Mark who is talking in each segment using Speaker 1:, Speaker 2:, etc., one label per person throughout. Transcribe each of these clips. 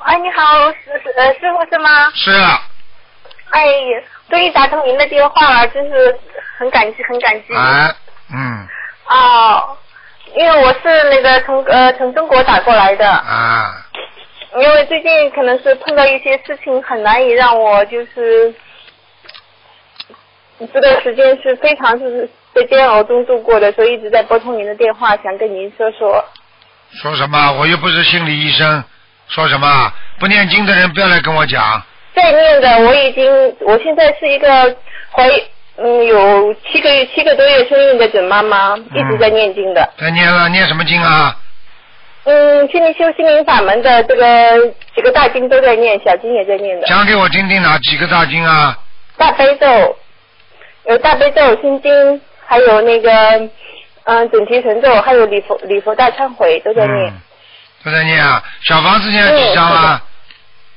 Speaker 1: 哎，你好，师师呃师傅是吗？
Speaker 2: 是啊，
Speaker 1: 哎，终于打通您的电话了，真是很感激，很感激。
Speaker 2: 哎，嗯，
Speaker 1: 哦，因为我是那个从呃从中国打过来的，
Speaker 2: 啊，
Speaker 1: 因为最近可能是碰到一些事情，很难以让我就是这段时间是非常就是在煎熬中度过的，所以一直在拨通您的电话，想跟您说说。
Speaker 2: 说什么？我又不是心理医生，说什么？不念经的人不要来跟我讲。
Speaker 1: 在念的，我已经，我现在是一个怀，嗯，有七个月、七个多月生孕的准妈妈，
Speaker 2: 嗯
Speaker 1: 一直在念经的。
Speaker 2: 再念了，念什么经啊？
Speaker 1: 嗯，心灵修心灵法门的这个几个大经都在念，小经也在念的。
Speaker 2: 讲给我听听哪几个大经啊？
Speaker 1: 大悲咒，有大悲咒、心经，还有那个嗯准提神咒，还有礼佛礼佛大忏悔都在念。
Speaker 2: 嗯，都在念啊。小房子现在几张啊？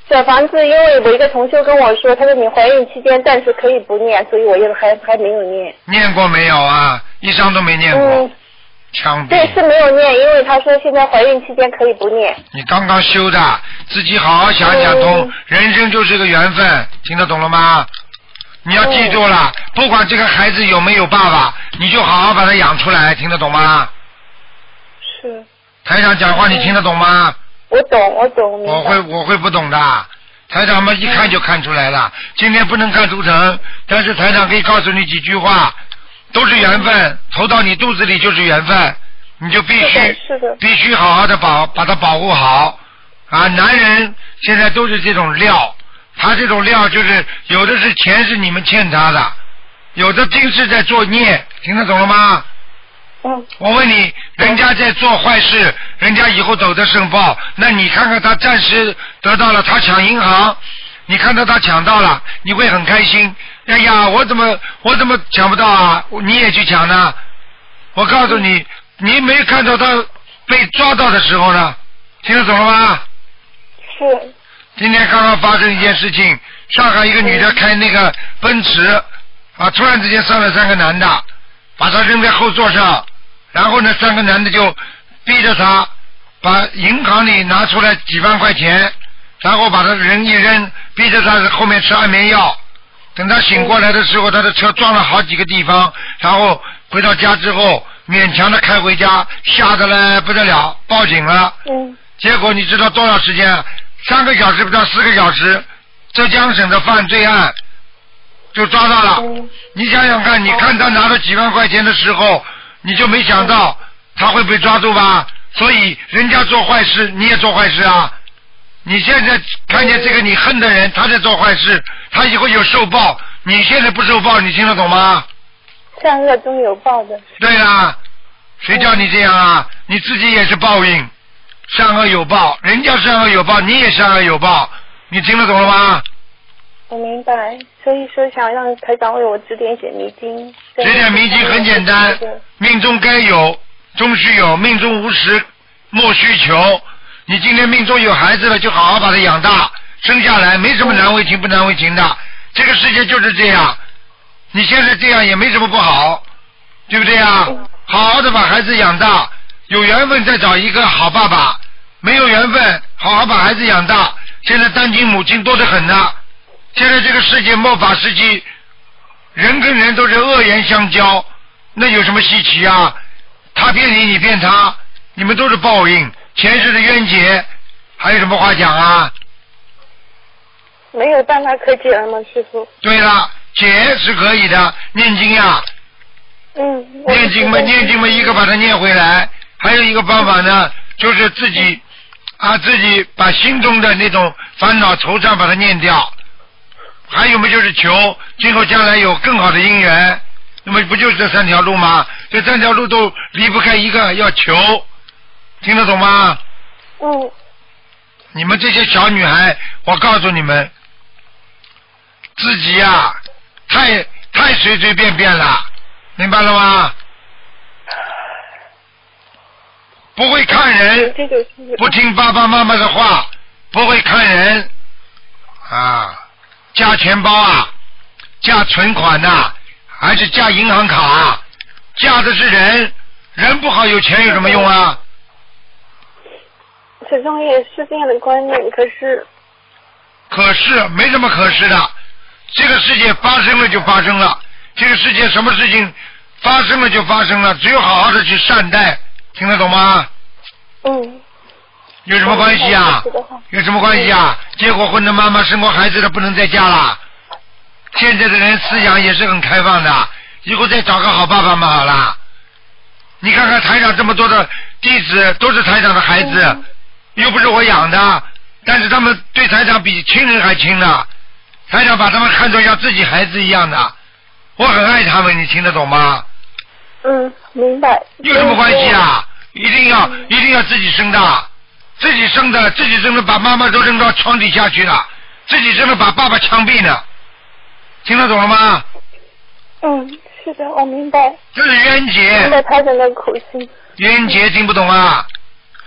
Speaker 1: 小房子，因为我一个同修跟我说，他说你怀孕期间暂时可以不念，所以我也还还没有念。
Speaker 2: 念过没有啊？一张都没念过
Speaker 1: 嗯。，
Speaker 2: 枪
Speaker 1: 对，是
Speaker 2: 毙！
Speaker 1: 没有念，因为他说现在怀孕期间可以不念。
Speaker 2: 你刚刚修的，自己好好想想通
Speaker 1: 嗯，
Speaker 2: 人生就是个缘分，听得懂了吗？你要记住
Speaker 1: 哦
Speaker 2: 了，不管这个孩子有没有爸爸，你就好好把他养出来，听得懂吗？
Speaker 1: 是，
Speaker 2: 台长讲话你听得懂吗？
Speaker 1: 我懂，我懂，明白。
Speaker 2: 我会我会不懂的，台长们一看就看出来了。今天不能看图腾，但是台长可以告诉你几句话，都是缘分，投到你肚子里就是缘分，你就必
Speaker 1: 是的
Speaker 2: 须，
Speaker 1: 是的，
Speaker 2: 必须好好的保把它保护好啊！男人现在都是这种料，他这种料就是有的是钱是你们欠他的，有的竟是在作孽，听得懂了吗？
Speaker 1: 嗯，
Speaker 2: 我问你，人家在做坏事，人家以后走得胜报，那你看看他暂时得到了，他抢银行，你看到他抢到了，你会很开心。哎呀，我怎么我怎么抢不到啊？你也去抢呢？我告诉你，你没看到他被抓到的时候呢，听得懂了吗？
Speaker 1: 是，
Speaker 2: 今天刚刚发生一件事情，上海一个女的开那个奔驰，啊，突然之间上来三个男的，把她扔在后座上，然后呢，三个男的就逼着她把银行里拿出来几万块钱，然后把她人一扔，逼着她后面吃安眠药。等她醒过来的时候，她的车撞了好几个地方，然后回到家之后，勉强的开回家，吓得嘞不得了，报警了。
Speaker 1: 嗯，
Speaker 2: 结果你知道多少时间啊？三个小时不到四个小时，浙江省的犯罪案就抓到了。
Speaker 1: 嗯，
Speaker 2: 你想想看，你看他拿了几万块钱的时候，你就没想到他会被抓住吧？所以人家做坏事，你也做坏事啊。你现在看见这个你恨的人，他在做坏事，他以后有受报。你现在不受报，你听得懂吗？
Speaker 1: 善恶终有报的。
Speaker 2: 对啦，谁叫你这样啊？你自己也是报应，善恶有报，人家善恶有报，你也善恶有报，你听得懂了吗？
Speaker 1: 我明白，所以说想让台长为我指点一些迷津。
Speaker 2: 指点迷津很简单，命中该有，终须有；命中无时，莫须求。你今天命中有孩子了，就好好把他养大，生下来没什么难为情不难为情的。这个世界就是这样，你现在这样也没什么不好，对不对啊？好好的把孩子养大，有缘分再找一个好爸爸，没有缘分好好把孩子养大。现在单亲母亲多得很呐、现在这个世界末法时期，人跟人都是恶言相交，那有什么稀奇啊？他骗你，你骗他，你们都是报应，前世的冤结，还有什么话讲啊？
Speaker 1: 没有办法可解了吗，师傅？
Speaker 2: 对了，解是可以的，念经呀、
Speaker 1: 嗯，我
Speaker 2: 念经嘛，念经嘛，一个把它念回来，还有一个方法呢，就是自己啊，自己把心中的那种烦恼惆怅把它念掉。还有嘛，就是求今后将来有更好的姻缘，那么不就是这三条路吗？这三条路都离不开一个要求，听得懂吗？
Speaker 1: 嗯，
Speaker 2: 你们这些小女孩，我告诉你们，自己呀、太太随随便便了，明白了吗？不会看人，
Speaker 1: 这就是
Speaker 2: 哎不听爸爸妈妈的话，不会看人啊，加钱包啊，加存款呐、还是加银行卡、啊，加的是人，人不好有钱有什么用啊？
Speaker 1: 始终也是这样的观念，可是
Speaker 2: 可是没什么可是的，这个世界发生了就发生了，这个世界什么事情发生了就发生了，只有好好的去善待，听得懂吗？
Speaker 1: 嗯，
Speaker 2: 有什么关系啊
Speaker 1: 我明白你的意思的话？
Speaker 2: 有什么关系啊？结过婚的妈妈，生过孩子的不能再嫁啦。现在的人思想也是很开放的，以后再找个好爸爸嘛好啦。你看看台长这么多的弟子，都是台长的孩子，
Speaker 1: 嗯
Speaker 2: 又不是我养的，但是他们对台长比亲人还亲呢。台长把他们看作像自己孩子一样的，我很爱他们，你听得懂吗？
Speaker 1: 嗯，明白。
Speaker 2: 有什么关系？啊？一定要一定要自己生的，自己生的，自己生的把妈妈都扔到床底下去了，自己生的把爸爸枪毙了，听得懂了吗？
Speaker 1: 嗯，是的，我明白，
Speaker 2: 这是冤
Speaker 1: 明白
Speaker 2: 结，
Speaker 1: 台长的苦心。
Speaker 2: 冤结听不懂啊？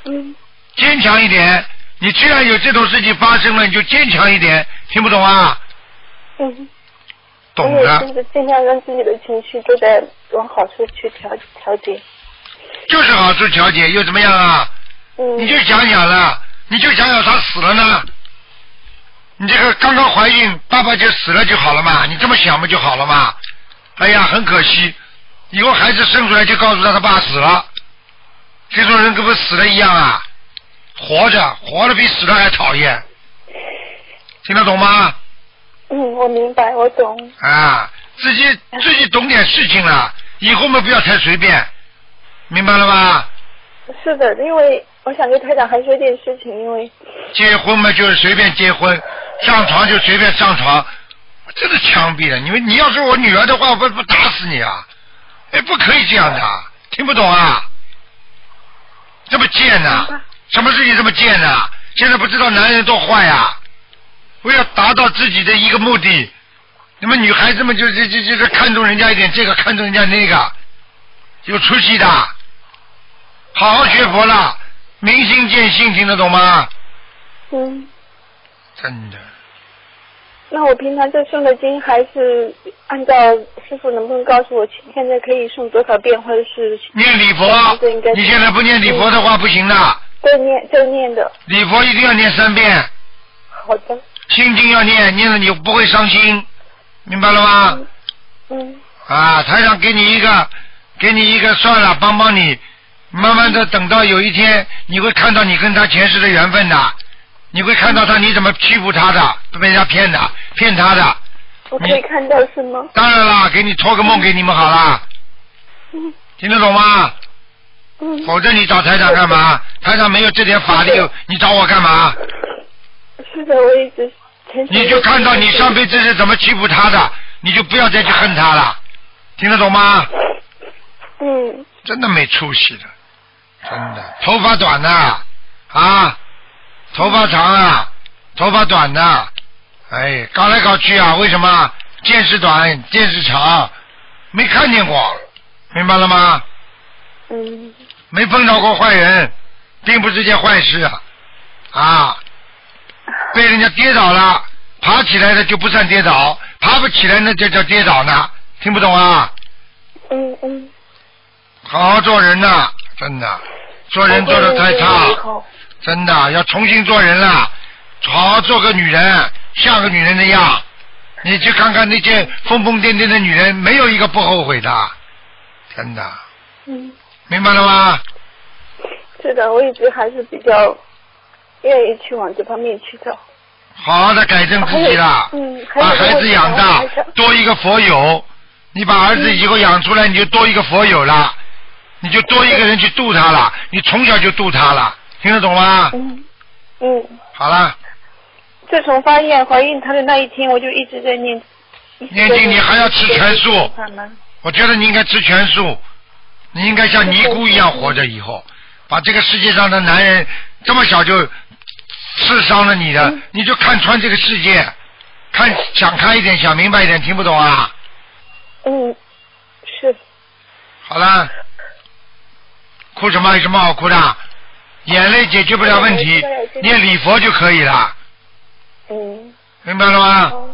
Speaker 1: 嗯，
Speaker 2: 坚强一点，你既然有这种事情发生了，你就坚强一点，听不懂啊？
Speaker 1: 嗯，我
Speaker 2: 懂
Speaker 1: 也
Speaker 2: 的，
Speaker 1: 就是尽量让自己的情绪都在往好处去调调节。
Speaker 2: 就是好处调解，又怎么样啊？
Speaker 1: 嗯，
Speaker 2: 你就想想了，你就想想他死了呢，你这个刚刚怀孕，爸爸就死了就好了嘛，你这么想不就好了嘛？哎呀，很可惜，以后孩子生出来就告诉他他爸死了，这种人跟不死了一样啊，活着活着比死了还讨厌，听得懂吗？
Speaker 1: 嗯，我明白，我懂。
Speaker 2: 啊，自己自己懂点事情了，以后嘛不要太随便，明白了吧？
Speaker 1: 是的，因为我想跟台长还说一件事情，因为
Speaker 2: 结婚嘛就是随便结婚，上床就随便上床，真的枪毙了！你们你要是我女儿的话，我不不打死你啊！哎，不可以这样的，听不懂啊？这么贱呐、
Speaker 1: 明白
Speaker 2: 什么事情这么贱呐、现在不知道男人多坏呀、为了达到自己的一个目的，那么女孩子们就就就就是看重人家一点这个，看重人家那个，有出息的，好好学佛了，明心见性，听得懂吗？
Speaker 1: 嗯，
Speaker 2: 真的，
Speaker 1: 那我平常这诵的经还是按照师傅能不能告诉我，现在可以诵多少遍，或者是
Speaker 2: 念礼佛
Speaker 1: 嗯这应该，是
Speaker 2: 你现在不念礼佛的话不行的，
Speaker 1: 对念对念的？
Speaker 2: 礼佛一定要念三遍，
Speaker 1: 好的，
Speaker 2: 心经要念，念了你不会伤心，明白了吗？
Speaker 1: 嗯
Speaker 2: 啊，台长给你一个，给你一个算了，帮帮你，慢慢的等到有一天，你会看到你跟他前世的缘分的，你会看到他你怎么欺负他的，被人家骗的，骗他的。
Speaker 1: 我可以看到是吗？
Speaker 2: 当然啦，给你托个梦给你们好啦，
Speaker 1: 嗯
Speaker 2: 听得懂吗？
Speaker 1: 嗯，
Speaker 2: 否则你找台长 干嘛？台长没有这点法力，你找我干嘛？
Speaker 1: 是的，我一直前
Speaker 2: 你就看到你上辈子是怎么欺负他的，你就不要再去恨他了，听得懂吗？
Speaker 1: 嗯
Speaker 2: 真的没出息的，真的，头发短的啊，头发长啊，头发短的，哎，搞来搞去啊，为什么见识短见识长？没看见过，明白了吗？
Speaker 1: 嗯
Speaker 2: 没碰到过坏人，并不是件坏事啊啊！被人家跌倒了，爬起来了就不算跌倒，爬不起来那就叫跌倒呢。听不懂啊？
Speaker 1: 嗯嗯，
Speaker 2: 好好做人呐、真的，做人做的太差，真的要重新做人了，好好做个女人，像个女人的样。你去看看那些疯疯癫癫的女人，没有一个不后悔的，真的，
Speaker 1: 嗯，
Speaker 2: 明白了吗？
Speaker 1: 是的，我一直还是比较愿意去往这方面去找。
Speaker 2: 好好的改正自己啦，
Speaker 1: 还有嗯还有
Speaker 2: 把孩子养大
Speaker 1: 我想嗯我想，
Speaker 2: 多一个佛友，你把儿子以后养出来，你就多一个佛友啦，你就多一个人去度他了，你从小就度他了，听得懂吗？
Speaker 1: 嗯嗯。
Speaker 2: 好了，
Speaker 1: 自从发现怀孕她的那一天，我就一直在念。一直在
Speaker 2: 念经你还要吃全素我觉得你应该吃全素，你应该像尼姑一样活着以后，把这个世界上的男人这么小就刺伤了你的，
Speaker 1: 嗯
Speaker 2: 你就看穿这个世界，看想开一点，想明白一点，听不懂啊？
Speaker 1: 嗯，是，
Speaker 2: 好了，哭什么？有什么好哭的？眼泪解决不了问题
Speaker 1: 对我知道，
Speaker 2: 念礼佛就可以了，
Speaker 1: 嗯，
Speaker 2: 明白了吗？
Speaker 1: 好，